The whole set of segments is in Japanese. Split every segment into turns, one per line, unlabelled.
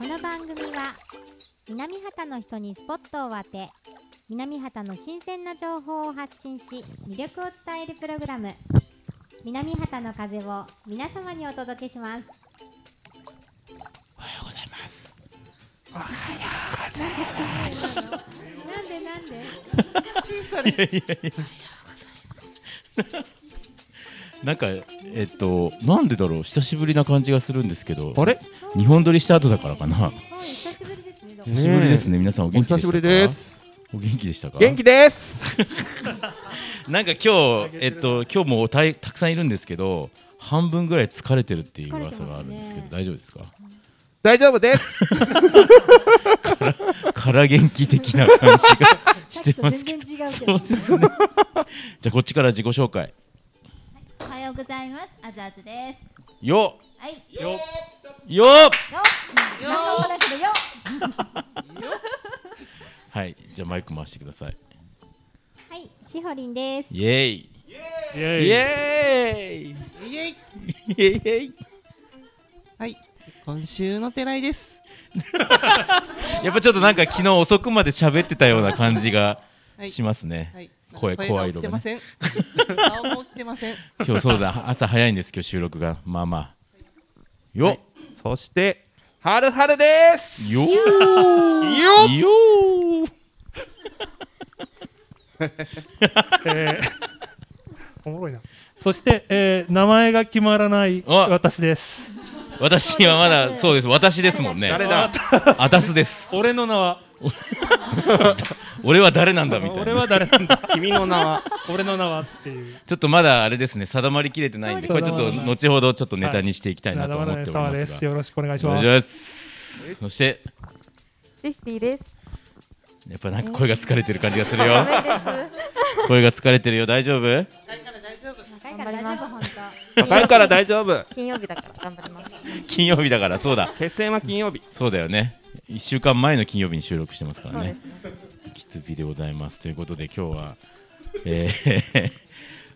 の番組は南畑の人にスポットを当て南畑の新鮮な情報を発信し魅力を伝えるプログラム南畑の風を皆様にお届けします
おはようございます。
なんでなんで
なんかえっとなんでだろう久しぶりな感じがするんですけど、
あれ
日本撮りした後だからかな。
はい久しぶりですねどうも
久しぶりですね。皆さんお
お
元気で
久
し
したぶ
か。
りです。
お元気でしたか。
元気 です。
なんか今日えっと今日もうたいたくさんいるんですけど、半分ぐらい疲れてるっていう噂があるんですけど、
疲
大丈夫ですか。
大丈夫です。
から元気的な感じが
さっ
し
き
て
と
ます
全
け
然
ど。
違うけ
そ
ど
うですね。じゃあこっちから自己紹介。
おはようございます。あずあずです。
よ
はい。
よよ
よ。なんかだけどよ。
はいじゃあマイク回してください。
はいしほりんです
イエーイ。
イ
イ
エ
エーイイエイイエイイエイ
はい、今週の寺井です。
やっぱちょっとなんか昨日遅くまで喋ってたような感じが
はい
しますね、
はい、
声
声
怖い
が起
色が、
きてま
ね、
せん。 顔も起きてません。
今日そうだ 朝早いんです今日収録がまあまあよ、
そして、はるはるです。
よ
よ
よ
えーおもろいな。そして、えー名前が決まらない
あ
私です。
私はまだそうです私ですもんね
誰だ。
あたすです
俺の名は、
俺は誰なんだみたい
俺
な
は誰なんだ、
君の名は。
俺の名はっていう。
ちょっとまだあれですね定まりきれてないんでこ
そう
れ
で
ち
す
ょっと後ほどちょっとネタにしていきたいなと思っておりますが、
です。よろしくお願いし
お
ま
願い
す。
しますそして
シシティです。
やっぱなんか声が疲れてる感じがするよ
ダメです。
声が疲れてるよ大丈夫
高いから大丈夫本
高いから大丈 夫。
金曜日だから頑張ります。
金曜日だからそうだ
決戦は金曜日。
そうだよね1週間前の金曜日に収録してますか
そ
ら
うで
ね
すね。
きつびでございますということで今日はえ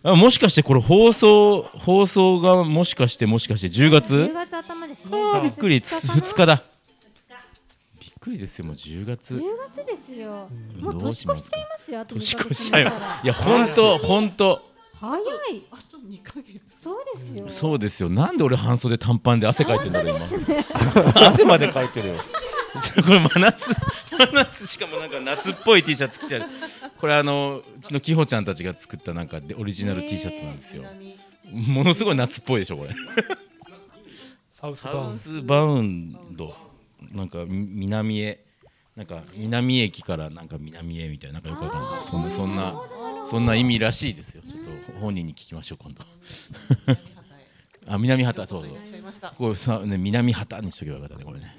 ー あもしかしてこれ放送放送がもしかしてもしかして10
当10
月
月頭ですね
あーびっくり
10
2日だびっくりですよもう10月
10月ですよもう
どう
年
し
越
ます
しちゃいますよあと
年
2ヶ
越し
月
ちゃ
もし
い
た
ま
ら
いや本当本当
早い
あと2ヶ月。
そうですよ
そうですよなんで俺半袖短パンで汗かいてんだろう今 汗までかいてるよ これ真夏 真夏しかもなんか夏っぽい T シャツ着ちゃうこれあのうちのきほちゃんたちが作ったなんかでオリジナル T シャツなんですよものすごい夏っぽいでしょこれ
サウス
サ
バウ
ウ
ン
スバウンドなんかみ南へなんか南駅からなんか南へみたいななんかよくわかんないそんなそんなそんな意味らしいですよちょっと本人に聞きましょう今度あ南畑そうそう
いらっしゃいました。
これさ、ね、南畑にしとけばよかったね、これね。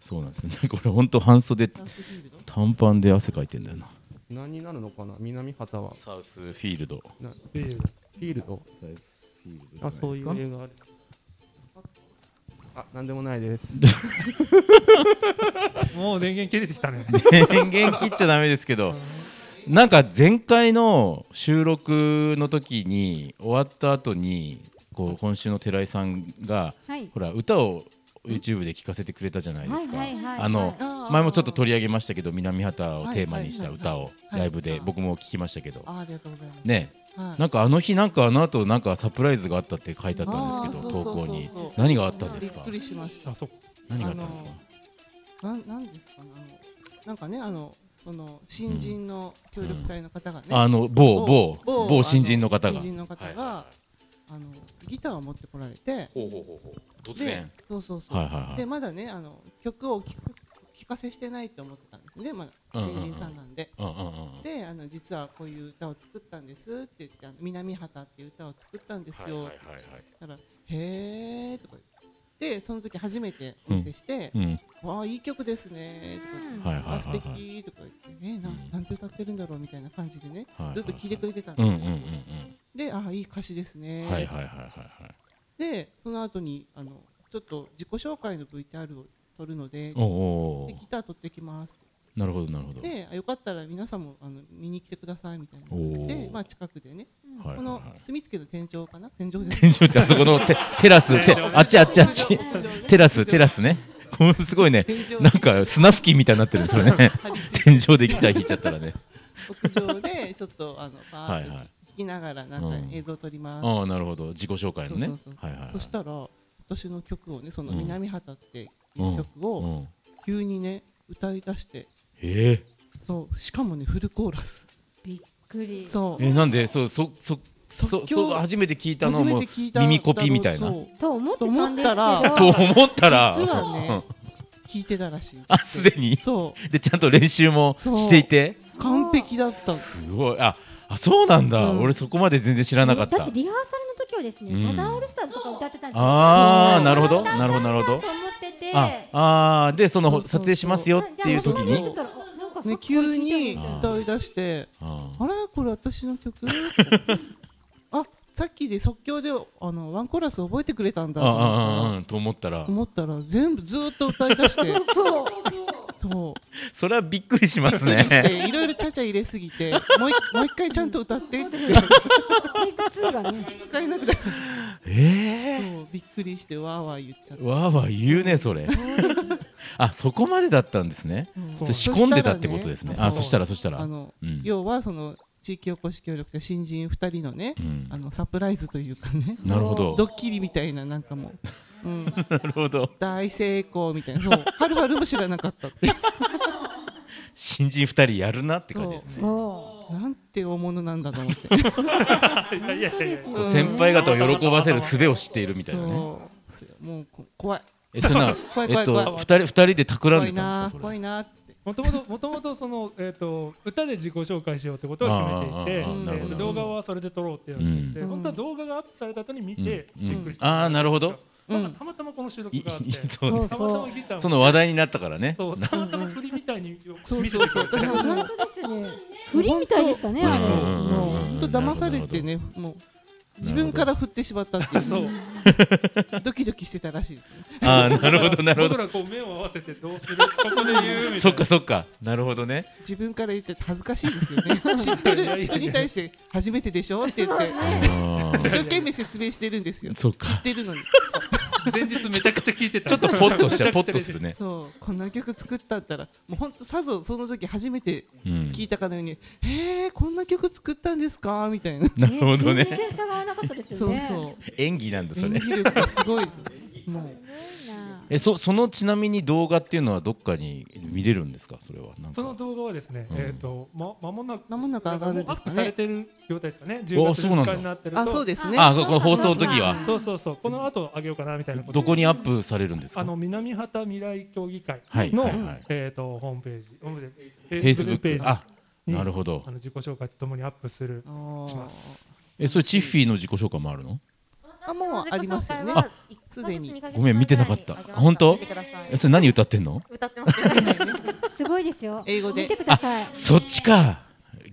そうなんですね。 これ本当半袖短パンで汗かいてんだよな。
何になるのかな、南畑は。
サウスフィールド。
っていう。
フィールド。あ、そういう映画ある。あ、なんでもない です。
もう電源切れてきたね。
電源切っちゃダメですけど。なんか前回の収録の時に終わった後にこう今週の寺井さんが
はい
ほら歌を YouTube で聴かせてくれたじゃないですか
はいはいはいはい
あの
あ ー
前もちょっと取り上げましたけど南畑をテーマにした歌をライブで僕も聴きましたけど
あ、ありがとうございます。
ね
はい
なんかあの日なんかあの後なんかサプライズがあったって書いてあったんですけ
あ
ど
ーそ
投
うそうそうそ
稿
う
に何があったんです
びっ
か
くりしました。
あ、そっ
何があったんですか
なん、なんですかね。あの、なんかね、あの、その新人の協力隊の方がね。
あの某某某新人の方
あ
が
新人の方
は
が。あの、ギターを持ってこられて。
ほうほうほうほう突
で
然、
そうそうそう。
はいはい
で
はい
まだねあの曲を聴く聴かせしてないと思ってたんですね、ま
うん
だ
うんうん
新人さんなんで。
うんうんうん
であの実はこういう歌を作ったんですって言って「あの南畑」っていう歌を作ったんですよ、って言ったら「へーとか言ってでその時初めてお見せして
うんうん
「わあいい曲ですね」とか言って
はいはい
あ素
はいはい
敵とか言って、ねな
うん
なんて歌ってるんだろうみたいな感じでね、
はいはいはい
ずっと聴いてくれてたん
う
で
ん
す
うん
よ、
うん
であいい歌詞ですね、
うんはいはいはいはい
でその後にあのちょっと自己紹介の VTR を撮るので
おお
でギター取ってきます
なるほどなるほど
であよかったら皆さんもあの見に来てくださいみたいな
おー
で、まあ、近くでね、
はい
こ
はいは
の
い
住み付けの天井かな天井じゃない
天井ってあそこのテテラスてあっちあっちあっちテラステラスねものすごいね
天井で
なんか砂吹きみたいになってるんですよね
張り付いて
天井でギター弾いちゃったらね
屋上でちょっとあのパ
は
ー
い
ッ
は
と
い
聞きながらなんか
うん
映像撮ります、
ああなるほど自己紹介のね
そうそう
はいはいはい
そしたら私の曲をねその
うん
南畑っていう曲
う
を
ん
急にね歌い出して
えー
そうしかもねフルコーラス
びっくり
そう
えなんでそうそそそ
即興
そう初めて聞いたの
初め
も
て聞いた
耳コピみたいな
そう
と思ってたんですけ
と思
と
った
ど
思ったら
実はね
うん
聞いてたらしい
あすでに
そ
でちゃんと練習もしていて
う完璧だったの
すごいああそうなんだ、
うん
俺そこまで全然知らなかっ
だ
た
ってリハーサルの時はですね、
うん
サザンオールスターズとか歌ってたんですよ
あ
う
あ
ん
なるほど
だん
な
だ
る
んだ
ほど
ん
なるほど
と思ってて
ああーでそ
そ
の
うそうそう
撮影しますよっていう時
じゃあ
に
元々の人となんかさっ
ね
きから
急
聞いて
に
るみたいな
歌い出して
あ
あれこれ私の 曲あさっきで即興であのワンコーラス覚えてくれたん
あ
だ
ああああと思ったら
思ったら全部ずーっと歌い 出して
そう
そう
それはびっくりします
びっくりし
ね
ていろいろちゃちゃ入れすぎて もういもう一回ちゃんと歌ってって
テイク2がね
使えなくて
え
そうびっくりしてわーわー言っちゃっ
えわーわー言うねそれあそこまでだったんですね
た
そ
そうれ仕込んでたってことですねあそした
らね
らそした
そう
ら
あの
うん
要はその地域おこし協力隊新人二人のね
うん
あのサプライズというかね
なるほど
ドッキリみたいななんかもう、うん、
なるほど
大成功みたいなそうはるはるも知らなかったって
新人二人やるなって感じですね
そ
なんて大物なんだと思って
いやいや
う
いやい
で
や
すよ
うん
先輩方を喜ばせる術を知っているみたいなね
そうもうこ怖い
えそんな
怖い
え
怖
っ
い
と
怖
二人
い
二人で企ん
怖
で
い
たん
な
ですかそ
怖
れ
いなって
もともともともとそのえっ、と歌で自己紹介しようってことは決めてい
あ
て
ーあーあー
なるほど
で動画はそれで撮ろうって言われてて、
うん
本当は動画がアップされた後に見て、
うんうん
びっくりした、
あーなるほど
なんか
うん
たまたまこの収録
いい
があって
いそう
そ
ね
う
たまた
そ
ま
う
ギター
そ
も
の話題になったからね
そうたまたま振りみたいに見て
そうそうそう私も
本当ですね振りみたいでしたね
うん
あ
そう、
れ
ん
もう本当騙されてね、もう自分から振ってしまったっていう、
そう
ドキドキしてたらしいですね。
あーなるほどなるほ
僕
ど
らこう目を合わせてどうするここで言うみたいな
そっかそっかなるほどね
自分から言っちゃって恥ずかしいです よね。知ってる人に対して初めてでしょって言って、
あ
一
ー
生懸命説明してるんですよ。知
そっか
ってるのに。
前日めちゃくちゃ聞いてた
ちょっとポッ としちゃうポッとするね
そう、こんな曲作ったったら、もう本当さぞその時初めて
うん
聞いたかのように、へえ、こんな曲作ったんですかみたいな。
なるほど
全
ね
然疑わなかったです
そ
よ
う
ね
そ
演技なんだ
う。
そ
演
れ
技力がすごいですね。もう。
いいな
えそそのちなみに動画っていうのはどっかに見れるんですかそれはなんか
その動画はですね、
うん
えっ、とま間もなく
間もなく上がるんですかね
アップされてる状態ですかね。10
お
月
そうなん
2
だ
日になってると。
あ、そうですね。
あこの放送の時は
そうそうそうこの後あげようかなみたいなこと
ど。こにアップされるんですか
あの南畑未来協議会
はい
の、
はいはい
えっ、とホームページ、ホームペ
フ
ー
ェイ
ジ、
スブ
Facebook ペ
ック
ージ
あ
に
なるほど
あの自己紹介とともにアップする。
あー
しま
えそれチッフィーの自己紹介もあるの
あもうありますよね
あ
すでに。
ごめん見てなかった本当えそれ何歌ってんの
歌ってますよ。
すごいですよ
英語で
見てください
そっちか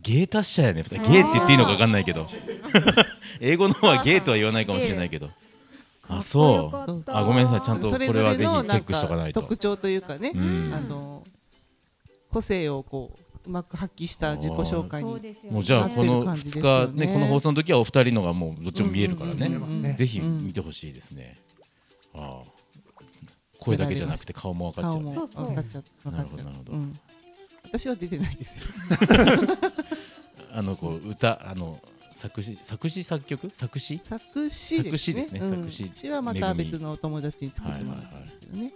芸達者やねゲーって言っていいのか分かんない けど英語の方はゲーとは言わないかもしれないけどあそう
う
あごめんなさいちゃんと
それ
これ
ぞ
は
れ
ぜひチ
の
ェ
な
ッ
ん
クしとかな
か
いと
特徴というかね
う、ん
あの個性をこううまく発揮した自己紹介
そう
に。
ですよね
もうじゃあ
合って
こ
る
の
感じですよ
2日ねこの放送の時はお二人のがもうどっちも見えるからね、
うんうんうんうん
ぜひ見て
て
ほしいですね、ああ声だけじゃなくて顔も分かっちゃ
顔
う
も
そうそう
分かっちゃった。分かっ
なるほどなるほ
ち
ど
ゃううん私は出てないですよ。
あのこう歌あの作詞作詞作曲作詞
作詞
作詞ですね
うん
作詞
詞はまた別のお友達に作ってもらったんですけどね。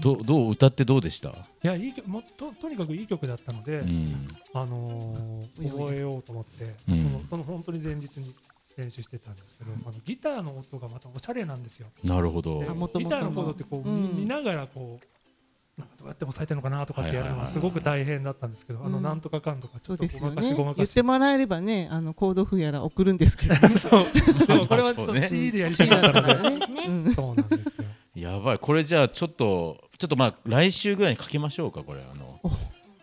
どうどう歌ってどうでした、
いやいい曲もうととにかくいい曲だったので、
うん
あのー覚えようと思って、
うん
そのその本当に前日に練習してたんですけど、あのギターの音がまたおしゃれなんですよ。
なるほど
で
あ元々
ギ
の
ターのコードってこう、見
うん
見ながらこうなんかどうやって押さえてるのかなとかってやるの
はいはいはいは
が
い
すごく大変だったんですけど、
う
あの
ん
なんとかかんとかち
そ
ょ
う
っと
です
ご
よ
まかしご
ね
ま。か
言っ
して
もらえればね、あのコード譜やら送るんですけどね。
そうでもこれは
まあそ
ちょ
うね
っと CD でやりた
詞
か
だ
った
か
ので
らね。
ね
うん
そうなんですよ
やばいこれじゃあちょっとちょっとまあ来週ぐらいにかけましょうかこれあの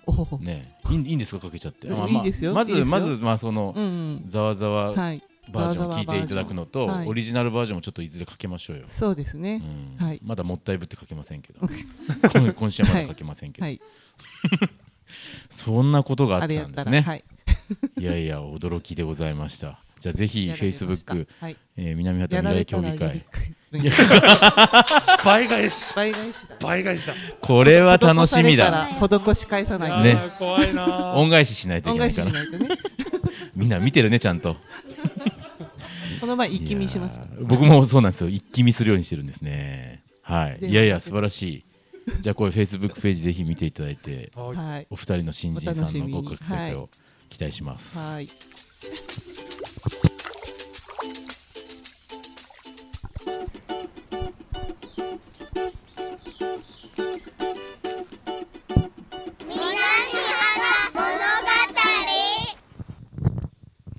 おほほ
ねいいいいんですかかけちゃって、
うん
まあ
いいですよ
まず
いいですよ
まずまあその
うんうん。
ざわざわ
はい。
バージョンを聞いていただくのと、
ざわざわバージョンはい
オリジナルバージョンもちょっといずれかけましょうよ、
そうですね。
うん
はい
まだもったいぶってかけませんけど 今今週はまだかけませんけど、
はい。
そんなことがあっ
あれ
て
や
た
っ
んで
た
す
ら。
ね
はい。
いやいや驚きでございましたじゃあぜひ
やられました
Facebook、
はい
えー、南
や
畑
られ
未来
た
協
ら
議
やり
会
くい勉強
倍返し。
倍返しだ。
倍返しだ。ね
これは楽しみだ。
施されたら施し返さないと。
ね
怖いな。
恩返ししないとい
恩
けな
返
い
し
か
し
ら。
ないとね。
みんな見てるね、ちゃんと。
この前一気見しました。
いやー僕もそうなんですよ。一気見するようにしてるんですね。はい。いやいや、素晴らしい。じゃあ、これ、Facebook ページぜひ見ていただいて、
はい
はい。
お二人の新人
お
さ
楽し
ん
み
の
に
合格
はい
成果を期待します。
はい。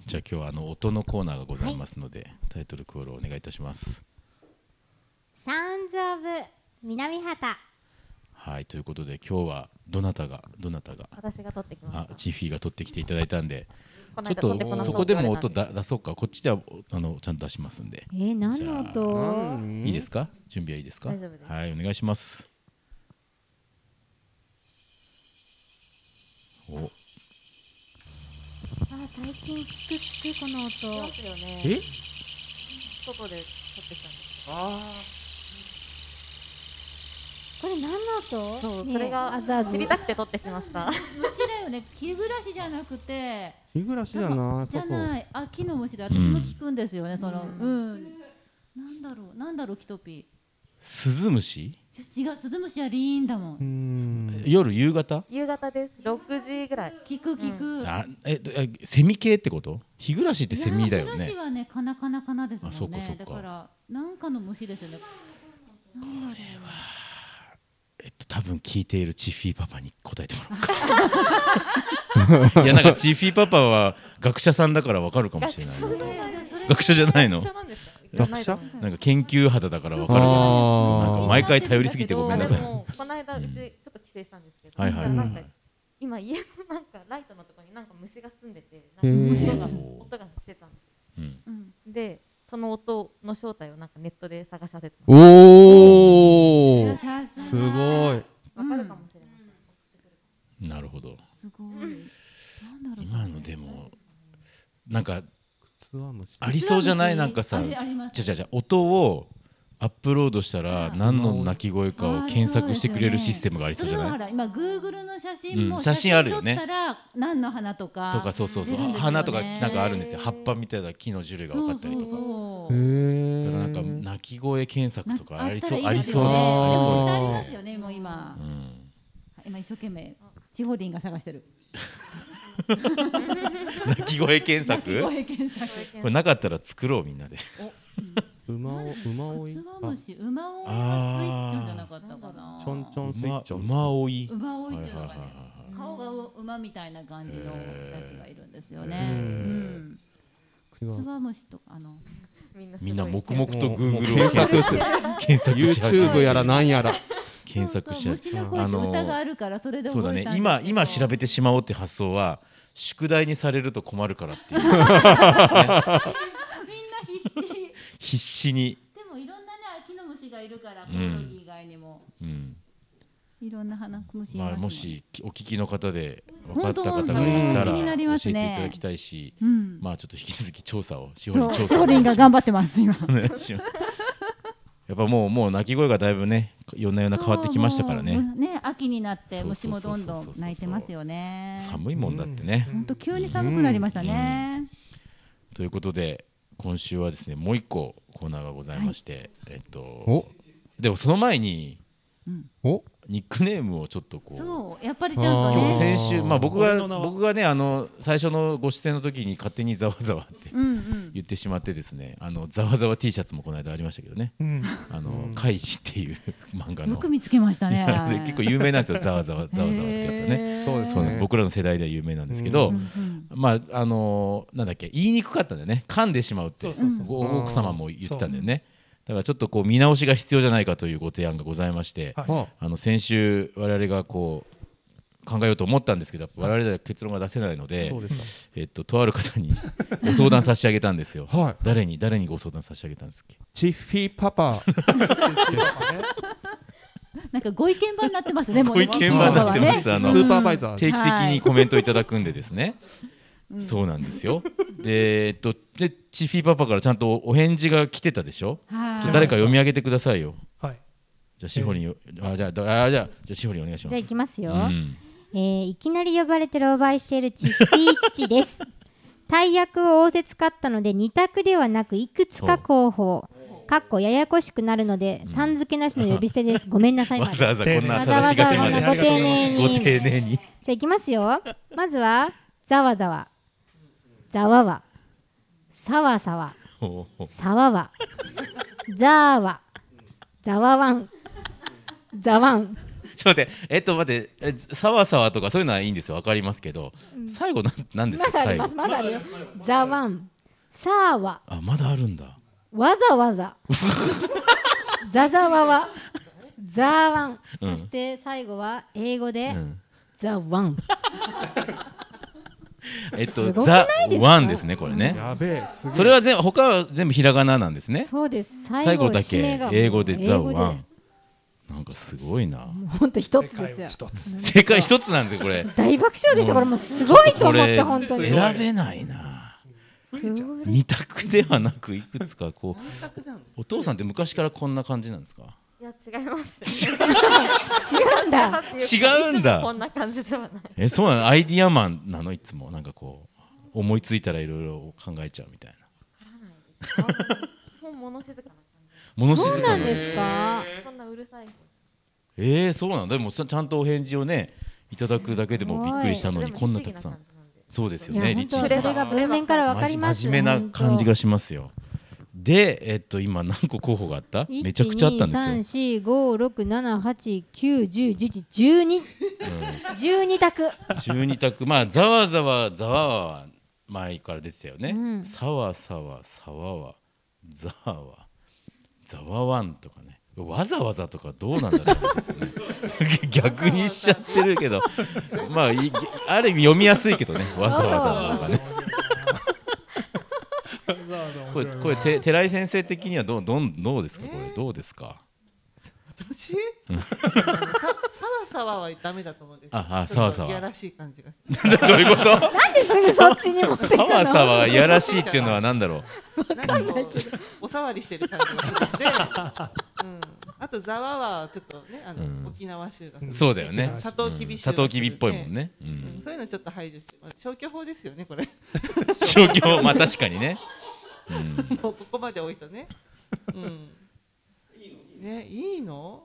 じゃあ、今日はあの音のコーナーがございますので、タイトルコールをお願いいたします。
サウンズ・オブ・南畑
はい。ということで、今日はどなたが、どなたが、
私が取ってきま
あ
した。
チーフィーが取ってきていただいたんで、
この
ちょっ
間取ってこな
と
そ
そうこ
って
で
言われ
も
たんで
音だ出そうか、こっちではあのちゃんと出しますんで。
えー、何の音
いいですか準備はいいですか
大丈夫です
はい、お願いします。お
あ最近聞く聞くこの音
ますよね。
え
外で取ってきたんです。
これ何の音
そう、
ねえ
それ
あざあ
が
ざ
知りたくて取ってきました。
虫だよね木暮らしじゃなくて
日暮らしじゃな
じ
さ
ゃ
そう。
ないあ木の虫だ
うん
私も聞くんですよね、その
う
うんなんだろうなんだろうキトピ
スズムシ
違うスズムシはリーンだも
うんん。
夜、夕方
夕方です。六時ぐらい。
聞く聞く、
あえっと、えセミ系ってこと日暮らしってセミだよ
いや木暮ら
ね
し。はねカナカナカナですもん
あ
ね
そうかそうか
だからなんかの虫ですよねなんだろう
えっと、多分聞いているチッフィーパパに答えてもらお うか。いや、なんかチッフィーパパは学者さんだからわかるかもしれない。
ねそれ
学者じゃないの
学者なんですか
学者
なんか研究肌だからわかるわ。
あ
なん
ー
か毎回頼りすぎてごめ
あ
んな
で
さい。
もこの間うちちょっと帰省したんですけど、
はいはいはい
なんか今家のなんかライトのところになんか虫が住んでて、
へ
なん
ー
か音が音がしてたんで
うん
うん
す。で、その音の正体をなんかネットで探し当ててま
おお。
さすが
すごい。
す。わかるかもしれない。
なるほど。
すごいなんだろう
今のでも、なんか
ツアー虫。
ありそうじゃないなんか
あ
さ
れありま
じ
す
ゃじゃじゃ音をアップロードしたら
うん
何の鳴き声かを
あー
検索してくれる
そうですよね
システムがありそ
そう
じ
れ
ゃ
はほ
ない
ら今グーグルの写真も、
うん写真あるよね
写真撮ったら何の花とか
とかそうそうそう
出るんですよね
花とかなんかあるんですよ葉っぱみたいな木の種類が分かったりとか
そう
へ
そう
え。
だからなんか鳴き声検索とかありそう
な
あ
ったらいい
り
です
そう
よね
あり
でも
そう
絶対ありますよねもう今
う、ん
今一生懸命地方林が探してる
鳴き声検索
声検索
これなかったら作ろうみんなで
馬を馬
馬
追い。
馬虫馬追いはスイッチョンじゃなかったかな
ちょんちょんスイッ
馬
チョン。
馬追い
馬追
はい
いっ
は
て
い
いう
はいは
のが
い
ね顔がう馬みたいな感じのやつがいるんですよ
へ
ね
ー
うん
違
ツ
う
バムシとかあの
みんなすご
み
い
んな黙々と
もう
Google を検索して検索し始めて
YouTube やらなんやら。
検索し始めて
そうそう虫の声と歌があるからそれで
そうだ
覚え
ね
たんですけど
今今調べてしまおうって発想は宿題にされると困るからっていう
みんな必死で
必死に、
もいろんなね秋の虫がいるから
う
コ
ん
オロギ以外にも
うん
いろんな花虫い
ま
ます
あ、
ね
もしお聞きの方で分かった方がい
本当
たら
気になり
教え
ま
て
す
い
ね
ただきたいし、
うん
まあちょっと引き続き調査を司法
そう
に
シ
調査
ョ
を
ーリンが頑張ってます今
お願い しますやっぱもうもう鳴き声がだいぶねいろんなような変わってきましたから
そう
ね
もうね秋になって
そう
虫
そう
も
そうそう
ど
んそう
どん鳴いてますよね。
寒いもんだってね、
本当急に寒くなりましたね。
ということで今週はですねもう一個コーナーがございまして、えっ
お
とでもその前に
お。
ニックネームをちょっとこう
そうやっぱりちゃんと
あ
今日
ー
ね。
先週、まあ、僕が
俺の名は
僕がねあの最初のご出演の時に勝手にざわざわって
うんうん。
言ってしまってですねあのざわざわ T シャツもこの間ありましたけどね
うん。
「あのカイジ」っていう 漫画
よ
の
く見つけました ね。
で結構有名なんですよ「ざわざわざわざわ」ってやつはね。
ね
そうです
そうなんです僕らの世代では有名なんですけど、
う
まああのなんだっけ言いにくかったんだよね噛んでしまうって
そうそうそうそう
お奥様も言ってたんだよねだからちょっとこう見直しが必要じゃないかというご提案がございまして、
はい
あ。
あの先週我々がこう考えようと思ったんですけどやっぱ我々では結論が出せないので
そう、でし
えっと、とある方にご相談差し上げたんですよ
た。はい。
誰に誰にご相談差し上げたんですっけ
チッフィーパパ。
なんかご意見番になってますね。もう ね
ご意見番になってます
ご意見番はね
あの
スーパーバイザ ー。
定期的にコメントいただくんでですね、
うん
そうなんですよでえっとでチフィーパパからちゃんとお返事が来てたでしょ
は
ちょっと
い。
誰か読み上げてくださいよ
はい。
じゃあシホリンよ、あじゃあだあじゃあじゃあシホリンお願いします
じゃあいきますよ、
うん
えーいきなり呼ばれて狼狽しているチッピー父です 大役を仰せつかったので2択ではなくいくつか候補かっこややこしくなるので、さん付けなしの呼び捨てです。 ごめんなさいま
わ
で。
ざわざこんな
わざわ
正しが
ざ
け
こ
ま
ん
で
なご丁寧
ご
に。じゃ
丁 寧に
あいきますよ。まずは、ざわざわ、ざわわ、さわさわ、
ほうほう
さわわ、ざーわ、ざわわん、ざわん。
ちょっと待ってえっと待ってえさわさわとかそういうのはいいんですよわかりますけど最後なんなんです
ま
か
だあり
最
ま
後
す、まだあるよ。ざわん、さーわ、
あまだあるんだ
わざわざ、ざざわわ、ざーわん。
うん
そして最後は、英語
う
で、
ん
ざわん。
えっ
す
と
ごくな
ザ
いですか
ワンですねこれね
やべえ、すげえ。
それは全部他は全部ひらがななんですね
そうです。
最
最後
後だ
締め
け
が
英語で
もう
ザ
英語で
ワンなんかすごいな
本当一つですよ。
正解一つなんですよこれ
大爆笑でした。これもうすごいと思って本当に。
選べないな二択ではなくいくつかこう
せっかくなんです
お父さんって昔からこんな感じなんですか
いや違います。
違うんだ。
違うんだ
いつもこんな感じではない。
えそうなのアイディアマンなのいつもなんかこう思いついたらいろいろ考えちゃうみたいな
もう物静かな感
物静
そう
か
なんですか。
じ。そんなうるさい方。
えー、そうなんだでもそちゃんとお返事をねいただくだけでもびっくりしたのに
でも
こんなたくさん
律儀な感じで
そうです
い
よ
や
ね
本当
律
そ
儀
れ
な
が文面からわかります。
真面目な感
本
じがしますよでえっと今何個候補があった
当。
めちゃくちゃあったん
三
で
四五六七八九十十一十二
すよ、うん
十二択。
12択 まあざわざわざわわは前から出てたよね、
うん
さわさわさわわざわざわわんとかねわざわざとかどうなんだろうってことですよね 逆にしちゃってるけどまあいある意味読みやすいけどねわざわざとかねこれこれて寺井先生的にはどうどんどうですかこれどうですか
私、あのささわさわはダメだと思うんです
ああ
ちょっ
さわ
と
さわ
いやらしい感じが
どういうこと
なんですぐそっちに持ってく
さわ
の。
さわがいやらしいっていうのは何だろう
なんかこうおさわりしてる感じがするので、うん、あとざわはちょっとねあの、
うん
沖縄州が
そうだよね
砂糖きび
砂糖きびっぽいもんね、う
うんんそういうのちょっと排除して、まあ、消去法ですよねこれ
状況まあ確かにね、うん、
もうここまで置いとねうんねいいの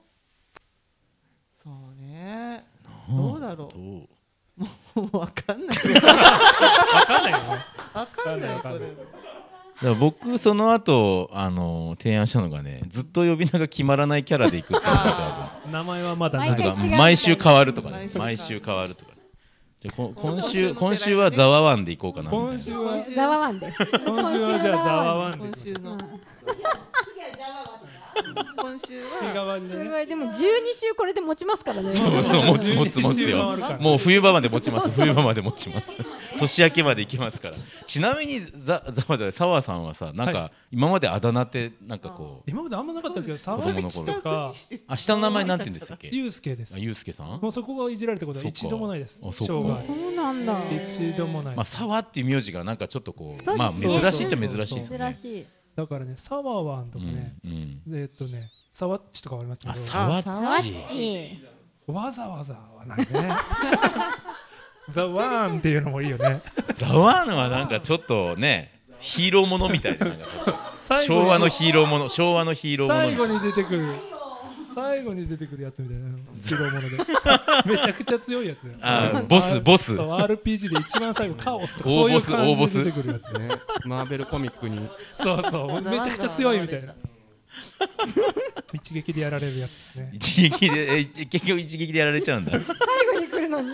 そうねどうだろ
ど
う
う
もうわ か んない
わかんないよね。
わかんない
わかん
こ
な
れ
い
だから僕その後あの提案したのがねずっと呼び名が決まらないキャラでいくっていうのが
あ
名前はまだない
毎
と
回
か
違う
毎週変わるとかね毎
毎
週
週
変
変
わ
わ
るとかねじゃあこ今
今週の
週
狙い
今週はザワワンでいこうかなみたいな
今週は
ー
ざわわんで。
今週はじゃあざわわんで
今週の
うん
今週
手
は
側に
す
ね。
ごいでも12週これで持ちますからね。
そうそう持つ持つ持つ
12週回
よ
るから
もう冬場まで持ちます冬場まで持ちます 年明けまでいきますからちなみにザザワザワサワさんはさなん
は
か今まであだ名ってなんかこう
今まであんまなかったんですけど、
うです
沢口とか
あ下の名前なんて言うんですっけ
ゆうすけです
あ。ゆうすけさん
もうそこがいじられたことは
そうか
一度もないです。
あそう
生
か
涯
そうなんだ。
一度もない
まあ、。沢っていう名字がなんかちょっとこう
そうですね
まあ珍しいっちゃ珍しいですよね。
珍しい。
だからね、沢わんとかね、
うんうん
えーっとね、沢っちとかはありますけ
あ、
ど、
沢っ
ざわっ
ち。
ち。
わざわざはないね。ザワーンっていうのもいいよね。
ザワーンはなんかちょっとね、ヒーローものみたいななんかちょっと
最後に
昭和のヒーローもの、昭和のヒーローものみたいな。
最後に出てくる最後に出てくるやつみたい な自動ものでめちゃくちゃ強いやつだよ
あボスボス
そう RPG で一番最後カオスとかそ
大
うい
ボ
う
ス
感
大ボ
じ
ス
で出てくるやつ
ね、マーベルコミックに
そうそうめちゃくちゃ強いみたいな一撃でやられるやつですね
一撃で、え結局一撃でやられちゃうんだ。
最後に来るのに。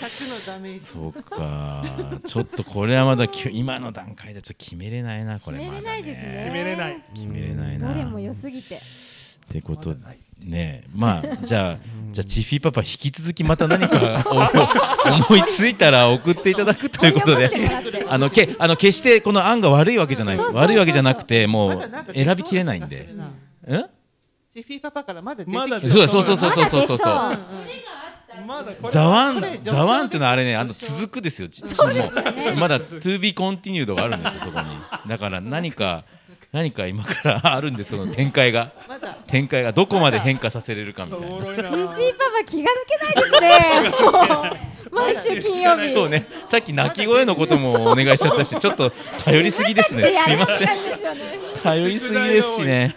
100のダメージ
そうか、ちょっとこれはまだき今の段階でちょっと決めれないな、これ、
決めれないですね。
決めれない。
決めれない
ど
な。
れも良すぎて。
ってことでねえまあじゃあじゃあチフィパパ引き続きまた何かお思いついたら送っていただくということ
掘り起
で
こしてもらって
あのけあの決してこの案が悪いわけじゃないで
う
す
んそうそうそう
悪いわけじゃなくても
ま
う
だなんか出そう
選びきれないんで
気がするな
うん
チフィーパパからまだ出てきた
まだ
そうだそうそうそう
ま
そう
だ
そ
出そう
うそうそう
まだこれ
ザワ
これ
ン、
序章
ザワンってのはあれね、
です
あの続くですよ。ちもうまだ to be continued があるんですよ、そこに。だから何か、何か今からあるんです、その展開が。
まだ
展開がどこまで変化させれるかみた
お
い
も
な。
ろいな
チーピーパパ気が抜けないですね。もう 毎週金曜日。
そうね、さっき泣き声のこともお願いしちゃったし、ちょっと頼りすぎですね。す
や
み
ら
ま
かし
せん。
たんですよね。
頼りすぎですしね。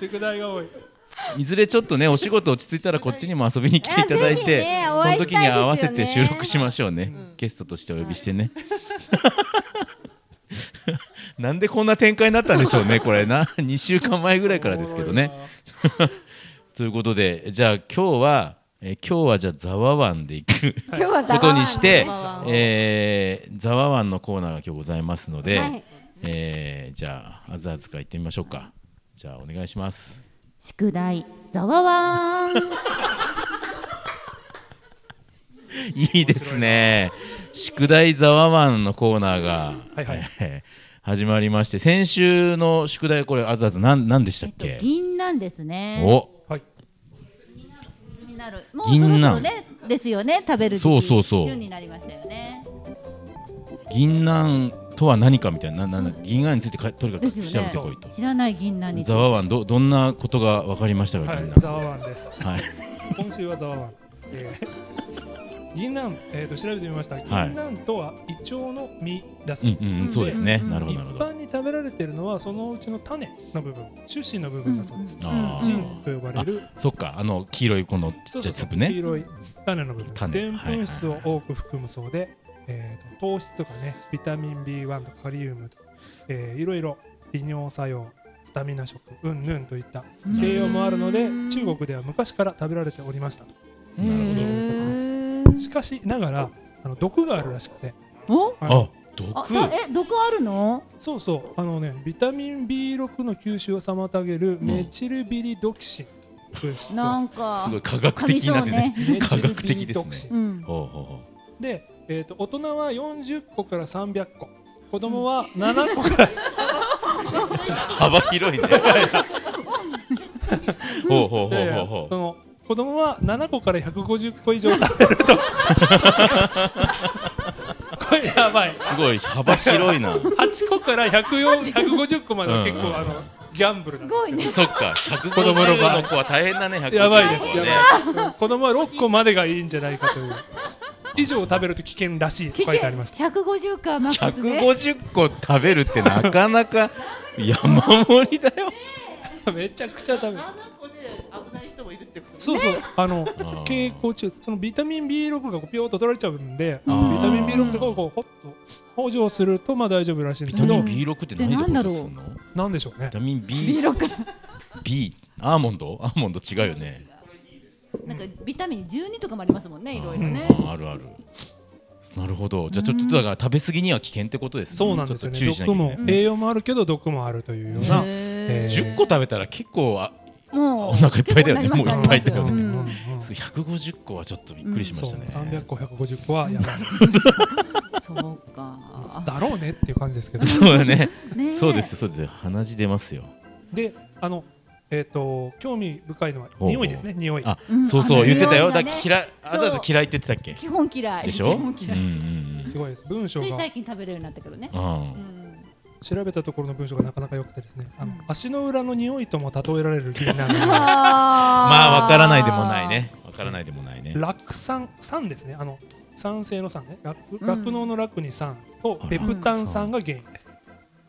宿題が多い
いずれちょっとね、お仕事落ち着いたらこっちにも遊びに来ていただい
いやぜ
て、
ひねお
そ
会
の
いしたいですよ
時
ね
に合わせて収録しましょうね。ゲストとしてお呼びしてね。なんでこんな展開になったんでしょうね、これな。2週間前ぐらいからですけどね。ということで、じゃあ今日は、えー今日はじゃあザワワンで行く
今日はザ
こ
ワワ
と
ン
にして
ねは、
えー、ザワワンのコーナーが今日ございますので、
い。
えーじゃあ、あずあずから行ってみましょうか。じゃあお願いします。
宿題ざわわ ーん
いいですね。宿題ザワマンのコーナーが、
はいはい
えー始まりまして、先週の宿題、これ、あずあず、なん、なんでした
え
っ
っと
け。
銀なんですね
お、
はい
気になるもうそ
銀
ろそ
杏
ろねですよね食べる時期
そうそうそう
旬になりましたよね
銀杏とは何かみたいな、な、な、銀杏についてか、とにかく
です
調
よ
べ
ね
てこいと。
知らない銀杏に
ザワワン、ど、どんなことが分かりましたか、
は
銀
い
杏。
ザワワンです
はい。
今週はザワワン、え ー、銀杏、えー、と調べてみました銀
はい
杏とはイチョウの実だ
う
そうで
ん、
す、
うん、そうですね。なるほど、
一
なるほど
般。に食べられているのはそのうちの種の部分種子の部分だそうです、
あ
芯と呼ばれる
あ、そっか、あの黄色いこのち
そ
っ
う
ちゃい
そうそ
粒
う黄
ね。
色い種の部分です
種
でんぷん質を多く含むそうで、えーと糖質とかねビタミン B1 とかカリウムとか、えーいろいろ利尿作用スタミナ食うんぬんといった
うん
栄養もあるので中国では昔から食べられておりましたと
なるほど
へー
しかしながらあの毒があるらしくて
お
あの
あ、
あ
毒。
あえ毒あるの
そうそうあのねビタミン B6 の吸収を妨げるメチルビリドキシンという物質
な
を
んか
すごい科学的になってね。
メ
科
チル
学
ビ
的
リ
です
ドキシン
ね。
うん
ほうほうほう。
で、えー、と大人は40個から300個子供は7個から
幅広いね。ほうほうほうほうほ。
その子供は7個から150個以上食べるとこれやばいう
すごい幅広いな。
8個から104 150個までは結
うんうんう
構
ん
あのギャンブルなんですけど
そっか、150
子供の場合
の子は大変だね、150
やばいです
の子は
や
ね。
ばいうん子供は6個までがいいんじゃないかという以上を食べると危険らしいと書いてあります
150かマックスね
150個食べるってなかな か山盛りだよ。
めちゃくちゃ食べる
あ んな子で危ない人もいるってこと
そ うそう、あの
ー
蛍光中、そのビタミン B6 がこうピョーッと取られちゃうんで、ビ
あー
タミン B6 とかをこうほっと補助するとまあ大丈夫らしいんで
ビ
す
タ
け
ミン
ど、
B6 って何で補助するのビ
なんでしょうね。
タミン B、
16
B、アーモンドアーモンド違うよね。
なんかビタミン12とかもありますもんねいろいろね
あるある。なるほど。じゃあちょっとだから食べ過ぎには危険ってことですね。
そうなんですよ
ちょっと注
ね
意。しなきゃ
毒
いけないで
も
すね
栄養もあるけど毒もあるというような。えー
10個食べたら結構あ
もう
お腹いっぱいだよね
結構な
も
ります
ういっぱいだよね
なります
うん
そう150個はちょっとびっくりしま
そ
し
う
たね。
300個150個はやばい
そうか
だろうねっていう感じですけど
そうだね。
ねえ
そうですよそうですよ鼻血出ますよ。
であのえっと興味深いのは
おうおう
匂いですね匂い
あ
うん、
そうそ
あ
う
の
言ってたよ。
匂いが
だ
ね
嫌い、あざあざ嫌いって言ってたっけ。
基本嫌い
でしょ。
基本嫌い、
うんうん
すごいです文章
つい
が
最近食べれるようになったけどね
うん。う。
うん ん
調べたところの文章がなかなか良くてですねあの足の裏の匂いとも例えられる気になる
まあ
ま
わからないでもない。ね。わからないでもないね。
酪酸酸ですねあの酸性の酸ね酪
うん
酪農の酪に酸と
あら
ペプタン酸が原因です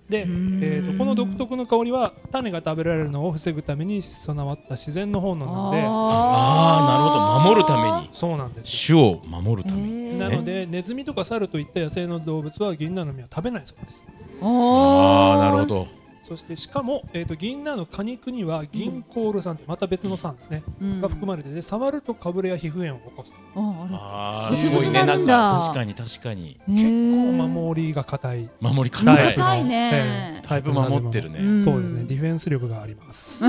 で、え
ん
ー、とこの独特の香りは種が食べられるのを防ぐために備わった自然の本能なので
ああなるほど守るために
そうなんです
種を守るために。
よなのでネズミとかサルといった野生の動物は銀杏の実は食べないそうです
ああなるほど。
そしてしかも、えー、と銀杏の果肉には銀コール酸ってまた別の酸ですね、
うん
が含まれてて触るとかぶれや皮膚炎を起こすと
あ
あ
あ
別
すごい
々に
ね
な
な
るん
ん
だ
か確かに確かに
あれ
結構
へ
守りが硬い
守り
タイ
硬
プの
い。
硬いね
えー
だいぶ守ってるね。
ー
ね。
そうですね、
ん
ディフェンス力があります。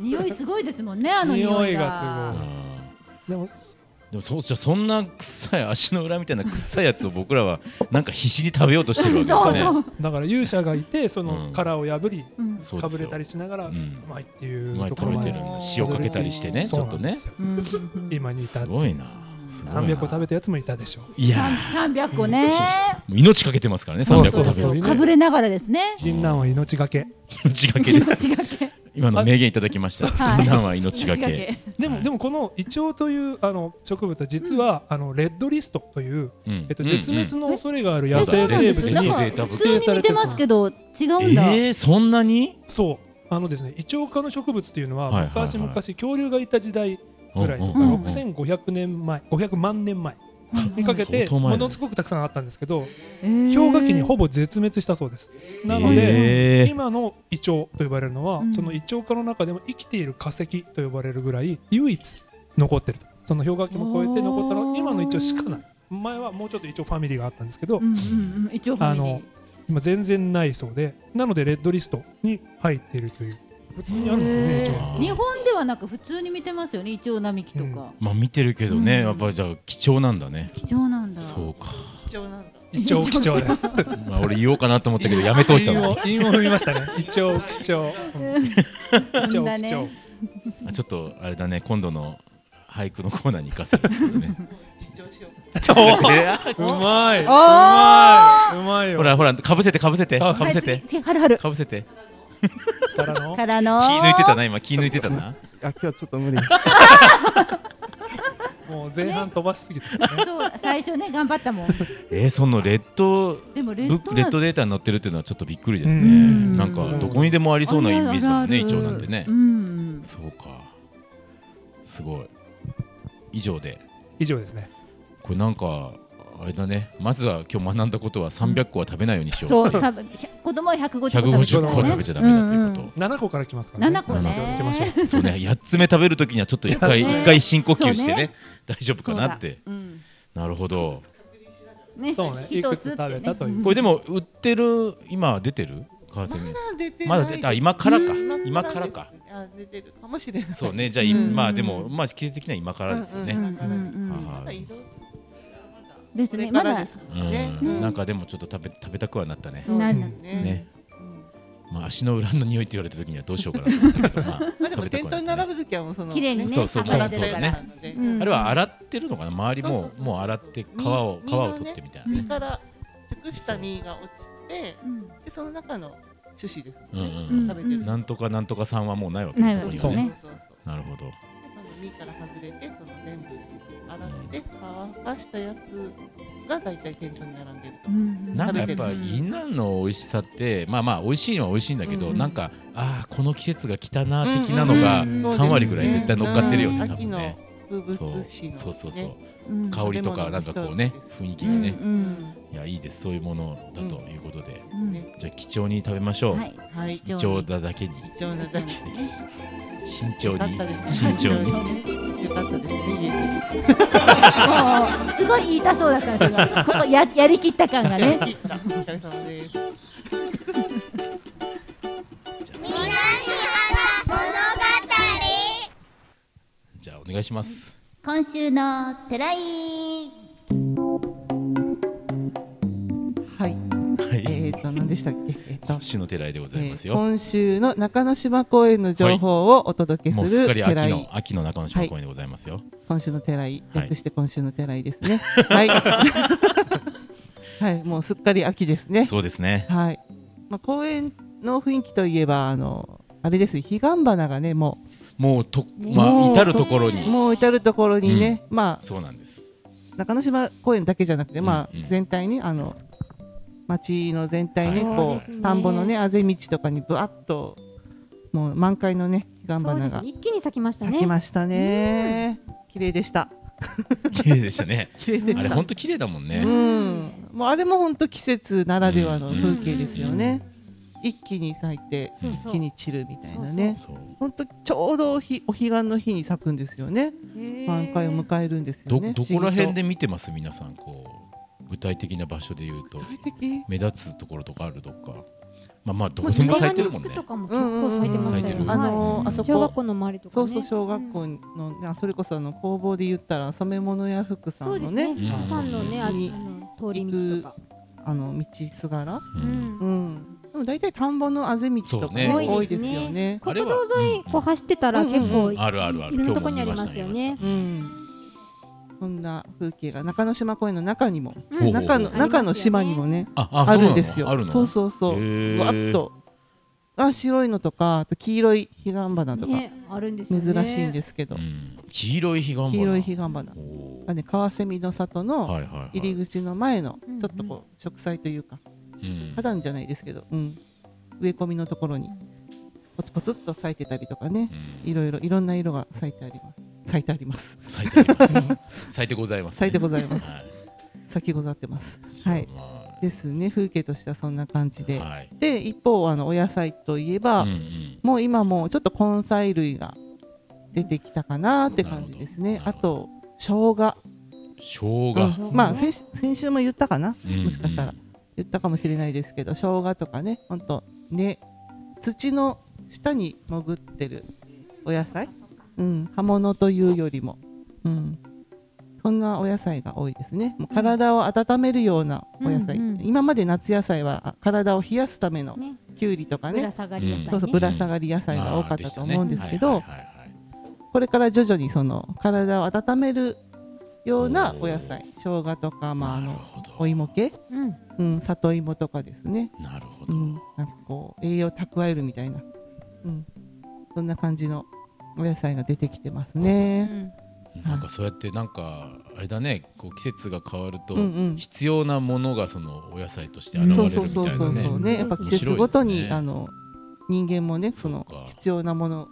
匂いすごいですもんねあの匂い
匂い
が
がす
うん
でも、
でもそうじゃあそんな臭い足の裏みたいな臭いやつを僕らはなんか必死に食べようとしてるわけですね。
だから勇者がいてそ
うん
の殻を破り、
うん
そう
か
で
ぶ
す
れ
よ
たりしながら、
う
うんまいっていうう
まい
とこ
食べ
ろま
て
で
るんだ塩かけたりしてねち
そ
ょ
う
っ
な
と
んで
ね
すよ
うん
今に
す
至る
ごいなすごいな
300個食べたやつもいたでしょう
いやー
300個ね
もう命かけてますからね
そう
300
そう
個食べ
そう
る
かぶれながらですね
銀杏は命がけ
命がけ です
命 がけ
今の名言いただきました
はい
普段は命がけ
でも、
はい
でもこのイチョウというあの植物は実は、あのレッドリストという、
うん
えっと、
うん
絶滅の恐れがある野
う
生
んうん
生物
そう
に、
だ
な
ね
んか
データ
普
ブ
通に似てますけど違うんだ、
えーそんなに
そうあのですねイチョウ科の植物というのは、
はいはいはい
昔々恐竜がいた時代ぐらいとか、
うんうんうん
6500年前500万年前にか
相
けて
当前だ
ものすごくたくさんあったんですけど
氷
氷河期にほぼ絶滅したそうですなので、
えー
今のイチョウと呼ばれるのは、
うん
そのイチョウ科の中でも生きている化石と呼ばれるぐらい唯一残ってるとその氷河期も超えて残ったの
お
は
ー
今のイチョウしかない前はもうちょっとイチョウファミリーがあったんですけど、
うんうんうん、一応ファミリー
今全然ないそうでなのでレッドリストに入っているという普通にあるんですよね
へ
イチョウ
ー
ー日本ではなく普通に見てますよねイチョウ並木とか、
まあ見てるけどね
うん
やっぱりじゃあ貴重なんだね
貴重なんだ
そうか
貴重なんだ
イチョウ貴重です
まあ俺言おうかなと思ったけどやめといた
韻
わ
を韻を踏みましたねイチョウ貴重うんイチョウ貴重
あちょっとあれだね今度の俳句のコーナーに行かせるんですけどね
貴重しよう
うまいう
おー
まいうまいよ
ほらほらかぶせてかぶせて
あ
かぶせ
はい
て
次次はるはる
かぶせて
からの
からの
気抜いてたな今気抜いてたな
あ、今日はちょっと無理です。
もう前半飛ばしすぎて
そう最初ね頑張ったもん
えー、そのレッド
でもレ
ブッ
ッド
ク
な
レ
ん
ッ
て
ドデータに載ってるっていうのはちょっとびっくりです
う
ね
ん
なんかどこにでもありそうなイメージだもんねイチョウなんてね
うん
そうかすごい以上で
以上ですね
これなんかあれだねまずは今日学んだことは300個は食べないようにしよう
そう多分ひゃ子供は150個食べちゃう
150個は食べちゃダメだということ、
7個から来ますからね
7個ね
気をつけましょう
そうね8つ目食べるときにはちょっと一回
ね
一回深呼吸して
そう
ね大丈夫かなって
うん
なるほど
ね
そうね
一つ
いくつ食べたという
これでも売ってる今出てる川瀬
まだ出てな
ま
い
だ出た今からか
うん
今からか
あ出てるかもしれない
そうねじゃあ、
うん
まあでもまあ季節的には今からですよね、
う
うん
ん
う
うんん
う
は
ん
い
まだ移動
です
こ
ね
れ
ま
か
だ
らですもんね
うんなんかでもちょっと食べ食べたくはなったね。
なる
うん
ね
ね、うん
まあ足の裏の匂いって言われた時にはどうしようかなと思ったけど、まあ
まあ
食
でも
べた
店
くはなった
頭に
ね。
並ぶときはもうその
綺麗にね
そうそうそう
洗ってるから
そう
うん
あれは洗ってるのかな周り
そう
も
そうそう
もう洗って皮を
身
皮を取ってみたいな
身
ね。
から熟した実が落ちて
うん
でその中の種子です
うん
ね、
うん
食べてる
うん。なんとかなんとかさんはもうないわけ
な
で
い
す
わ
ですね
け
ね。
そうそうそう
なるほど。
その実から外れてその全部洗って乾かしたやつが大体店頭に並んでると
う、ん
なんかやっぱ
食べてる
稲の美味しさってまあまあ美味しいのは美味しいんだけど、
うん
なんかああこの季節が来たな的なのが
うんうんうん
3割ぐらい絶対乗っかってるよ
う
ね
ん
多分ね。
風
そう
物詩の、ね、
そうそうそう
うん
香りとかなんかこうね雰囲気がね
う、ん
いやいいですそういうものだということで、
うん
ね
じゃあ貴重に食べましょう。
はい
はい
貴
貴
重
重
に
だだけに
貴重なだけ
慎重
よかっ
に
たです
慎重に
によかったですね家で
もうすごい言いたそうだったんですがここややりきった感がね
切ったお疲れ様です
じゃあお願いします
今週の寺井
はい
はい、
えっ、ー、と何でしたっけえっ、と
今週の寺井でございます
えー
よ、
今週の中之島公園の情報をお届け
もう
す
すっ
る
かり
寺
秋
井、
の秋の中之島公園でございますよ、
今週の寺井、
はい
略して今週の寺井ですね。はい。はい、 もうすっかり秋ですね。
そうですね
はい。まあ公園の雰囲気といえばあのあれです、彼岸花がねも
もうとまあ
もう
至る所
う
に
もう至る所にね、ま
そうなんです
あ中之島公園だけじゃなくて、まあ
うんうん
全体にあの町の全体に
はい
そう
こ
です
う、
ね
田んぼのねあぜ道とかにぶわっともう満開のね彼岸
そうで
花
す
が
一気に咲きました
咲き
ね
ましたね。綺麗でした。
綺麗でしたね
綺麗 で
あ
し
れ
た。
本当綺麗だもんね、
うん、もうあれも本当季節ならではの風景ですよね。一気に咲いて、
そう
一気に散るみたいなね。
そう
本当ちょうどおひお彼岸の日に咲くんですよね。満開を迎えるんですよ
ど
ね。
どこら辺で
不
見てます皆さんこう具体的な場所で言うと
思議と具体的。
目立つところとかあるどっかまあまあどこで
近
も
場
咲いて
に
るもん
地
ね
区とかも結構咲いてましたよ
うんうんう
ね
ん
あ
は
のー
はい
あそ
い小学
こ
校の周りとか
そう
ね
そう小学校の、ねあそれこそあの工房で言ったら染め物屋服さ
そうんで
の
す
ね
ね
うん
釜山のねああの通り道とか
あの道すがら、
う
うんん
うん、でも大体田んぼのあぜ道とか
そうね
ね多いですよね。
あ
国
れは
道沿いこう走ってたら結
うんうん
構
う
い
あるあるある
ろんなとこにありますよね
うんこんな風景が中之島公園の中にも
ほうほう
中の
ありますよね
中の島にもね
あ
あるんですよ
あるの
そうそうそ
へ
う
ー
うわっとあ白いのとかあと黄色い彼岸花とか、
ねあるんですよね
珍しいんですけど、
うん黄色い彼岸花
黄色い彼岸花
おー
がね川蝉の里
は
の
いはいはい
入り口の前の
うんうん
ちょっとこう植栽というか
うん
花壇じゃないですけど、うん、植え込みのところにポツポツっと咲いてたりとかね
うん
いろいろいろんな色が咲いてあります咲いてあります
咲いておりますね咲いてございますね
咲いてございます
はい
咲きござってますはい
まあ
ですね風景としてはそんな感じで、
はい
で一方あのお野菜といえば、
うんうん
もう今もうちょっと根菜類が出てきたかなって感じですね
な
あ
るほど
と生姜
生
う
姜
んまあ先し先週も言ったかな、
うん
もしかしたら言ったかもしれないですけど生姜とかねほんとね土の下に潜ってるお野菜うん葉物というよりもうんそんなお野菜が多いですねもう体を温めるようなお野菜、
うんうん
今まで夏野菜はあ体を冷やすための
ね
きゅうりとか
ぶ
ね
ら下がり野菜ね
そうそうぶら下がり野菜が多かったと思うんですけど、
あーでしたねはいはいはいはい
これから徐々にその体を温めるようなお野菜生姜とか、まあ、あ
なる
の
ほど
お芋系、
うん
うん、里芋とかですね、
なるほ
う
ど、
ん、なんかこう栄養蓄えるみたいな、うん、そんな感じのお野菜が出てきてます
う
ね。
ん
なんかそうやってなんかあれだねこう季節が変わると
うんうん
必要なものがそのお野菜として現
そう
れ
そ
る
う
み
そう
たい
そ
な
うそう
ね
ねやっぱ
面白い
季
ですね
節ごとに、あの人間もねその
そうか
必要なもの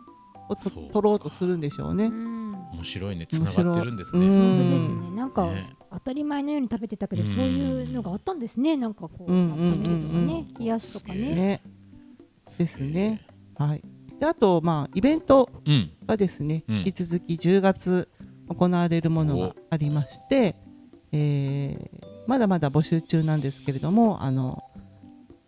をと
そうか
取ろうとするんでしょう
う
ね。
ん
面白いねつ
面白
ないがってるんです
う
ね
本
ん
当ですねなんか
ね
当たり前のように食べてたけど
う
そ
ん
ういうのがあったんですねなんかこう
うんうんうんうん
温めるとかね冷やすとかね
ねですね。はい、であと、まあ、イベント
うん
はですね、
うん
引き続き10月行われるものがありまして、えーまだまだ募集中なんですけれどもあの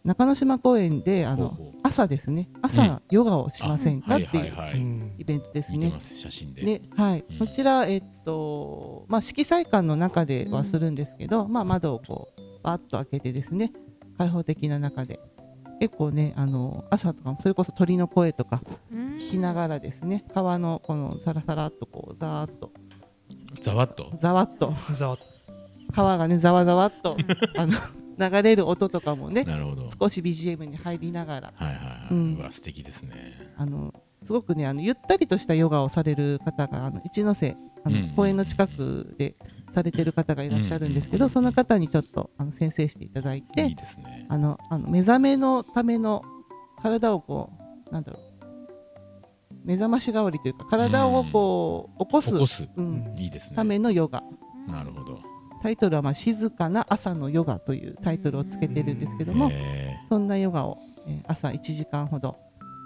中之島公園で
ほ
あ
う
の
ほう
朝ですね朝、
うん
ヨガをしませんか
は
っ
い
て
はいいうは
う
い
ん
イベントです
見て
ね
ま。す写真で
ではい
うん
こちら、えっとまあ、色彩館の中ではするんですけど、まあ、窓をこうバーッと開けてですね開放的な中で結構ねあの朝とかもそれこそ鳥の声とか
うん
聞きながらですね川のこのサラサラっとこうザーッと
ざわっと
ざわっと
ざわっ
川がねざわざわっとあの流れる音とかもね
なるほど
少し BGM に入りながら
はいはいはい、う
うん
わ素敵ですね
あのすごくねあのゆったりとしたヨガをされる方があの一ノ瀬あ
うんうんうん
の公園の近くでされてる方がいらっしゃるんですけどその方にちょっとあの先生していただいて
いいですね
あのあの目覚めのための体をこうなんだろう目覚まし代わりというか体をこう起こす
起こす
うん、
いいです
た
ね
めのヨガ
なるほど
タイトルは、まあ「静かな朝のヨガ」というタイトルをつけてるんですけども、
え
そんなヨガを、えー朝1時間ほど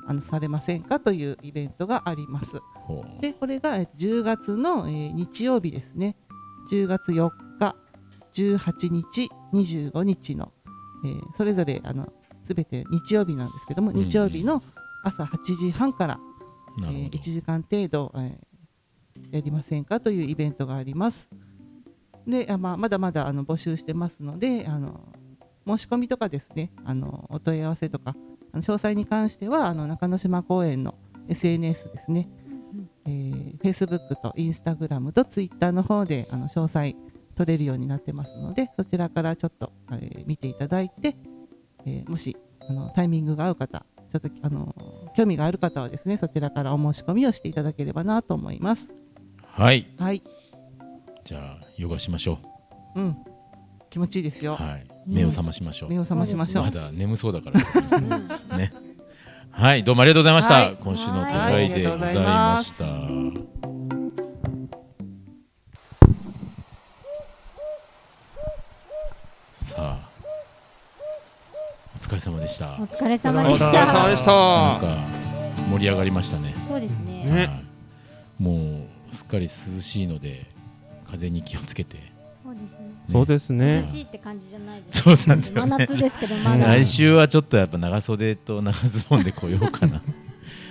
あのされませんかというイベントがあります。
ー、ほう
でこれがえー10月の、えー日曜日ですね10月4日18日25日の、えーそれぞれあの全て日曜日なんですけども
うんうん
日曜日の朝8時半から、
なる
え
ほ
ー
ど
1時間程度、えーやりませんかというイベントがあります。で、あまあ、まだまだあの募集してますのであの申し込みとかですねあのお問い合わせとかあの詳細に関してはあの中之島公園の SNS ですね、えー、Facebook と Instagram と Twitter の方であの詳細取れるようになってますのでそちらからちょっと、えー見ていただいて、えーもしあのタイミングが合う方ちょっとあの興味がある方はですねそちらからお申し込みをしていただければなと思います。
はい
はい、
じゃあヨガしましょ
うん、気持ちいいです
う
よ。
はい目を覚ましましょう
目を覚ましましょう。
まだ眠そうだから。ね。はい、どうもありがとうございました。
はい
今週の手伝いでございました。さあ。お疲れ様でした。
お
なん
疲れ様で
お
し
疲れ様
た
でした
か盛り上がりましたね。
そうですね
ね
はいもうすっかり涼しいので、風に気をつけて。
そうですね
そうですね
涼。しいって感じじゃないです
そうなんだよね
真夏ですけどまだ
来週はちょっとやっぱ長袖と長ズボンで来よ うかな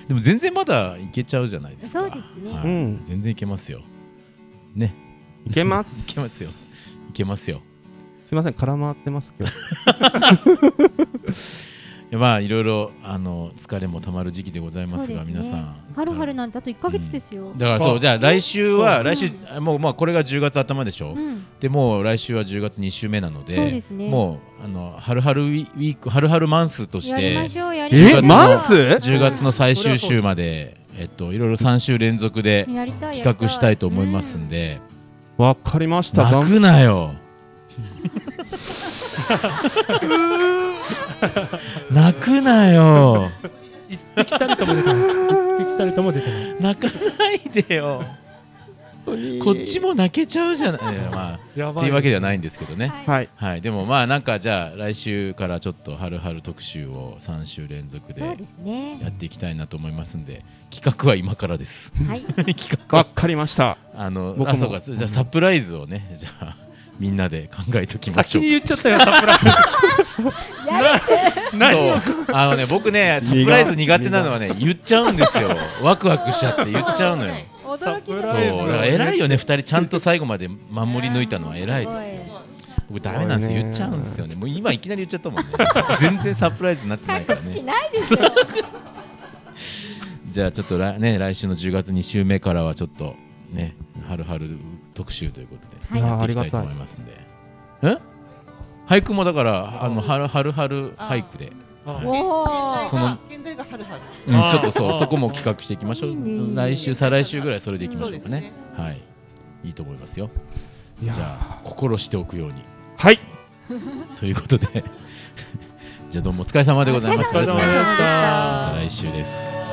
でも全然まだいけちゃうじゃないですか
そうですね
はい
うん
全然いけますよね
いけます。
いけますよいけますよ
すみません、空回ってます今日。
いやまあいろいろあの疲れもたまる時期でございますが
そうですね
皆さん
はるはるなんてあと1ヶ月ですよ、
だからそう
あ
じゃあ来週は来週
うん
あもうまあこれが10月頭でしょ、
うん
でもう来週は10月2週目なので
そうですね
もうあの春春ウィーク春春マンスとし
やりま
て
しょうやりましょ
え、
う
マンス？
10月の最終週まで、えっと、いろいろ3週連続で
やりたいやりたい
企画したいと思いますんで、
わかりました。頑
泣くなよ 泣くなよ
行ってきたりとも出てない行ってきたりとも出てない
泣かないでよ こっちも泣けちゃうじゃないいやま
や
あっ
ば
て
い
いうわけではないんですけどね
はい
はい。
はい、でもまあなんかじゃあ来週からちょっと「はるはる特集」を3週連続で
そうですね
やっていきたいなと思いますんで企画は今からです
はい
企画
わ
は
かりました。
あの
僕も
あそうかじゃあサプライズをね じゃあみんなで考えときまし
先
ょう
に言っちゃったよサプライ
そうあのね僕ねサプライズ苦手なのはね言っちゃうんですよワクワクしちゃって言っちゃうのよ
驚きです
そう
サプライズ
だから偉いよね2人ちゃんと最後まで守り抜いたのは偉いですよ僕ダメなんですよ言っちゃうんですよねもう今いきなり言っちゃったもんね全然サプライズになってないからね
好きないですよ
じゃあちょっと来,、ね、来週の10月2週目からはちょっとね、はるはる特集ということ
はい
で、
いや
や
ー
っ
あ
て
り
いきた
が
いと
たい
思い。ますんで。え俳句もだから、あの、はるはるはる俳句で、
ズ
はい
お
その
現代が春春
うん、
あ
ち
ー
ょっとそう、そこも企画していきましょ。
いいねいいうね
来週、再来週ぐらい、それでいきましょうかね。
そ
はい、いいと思いますよ。
い
じ
や
ゃあ、心しておくように、
はい。
ということで。 じゃあ、どうもお疲れ様でございました。
お疲れ様でした
また来週です。
ー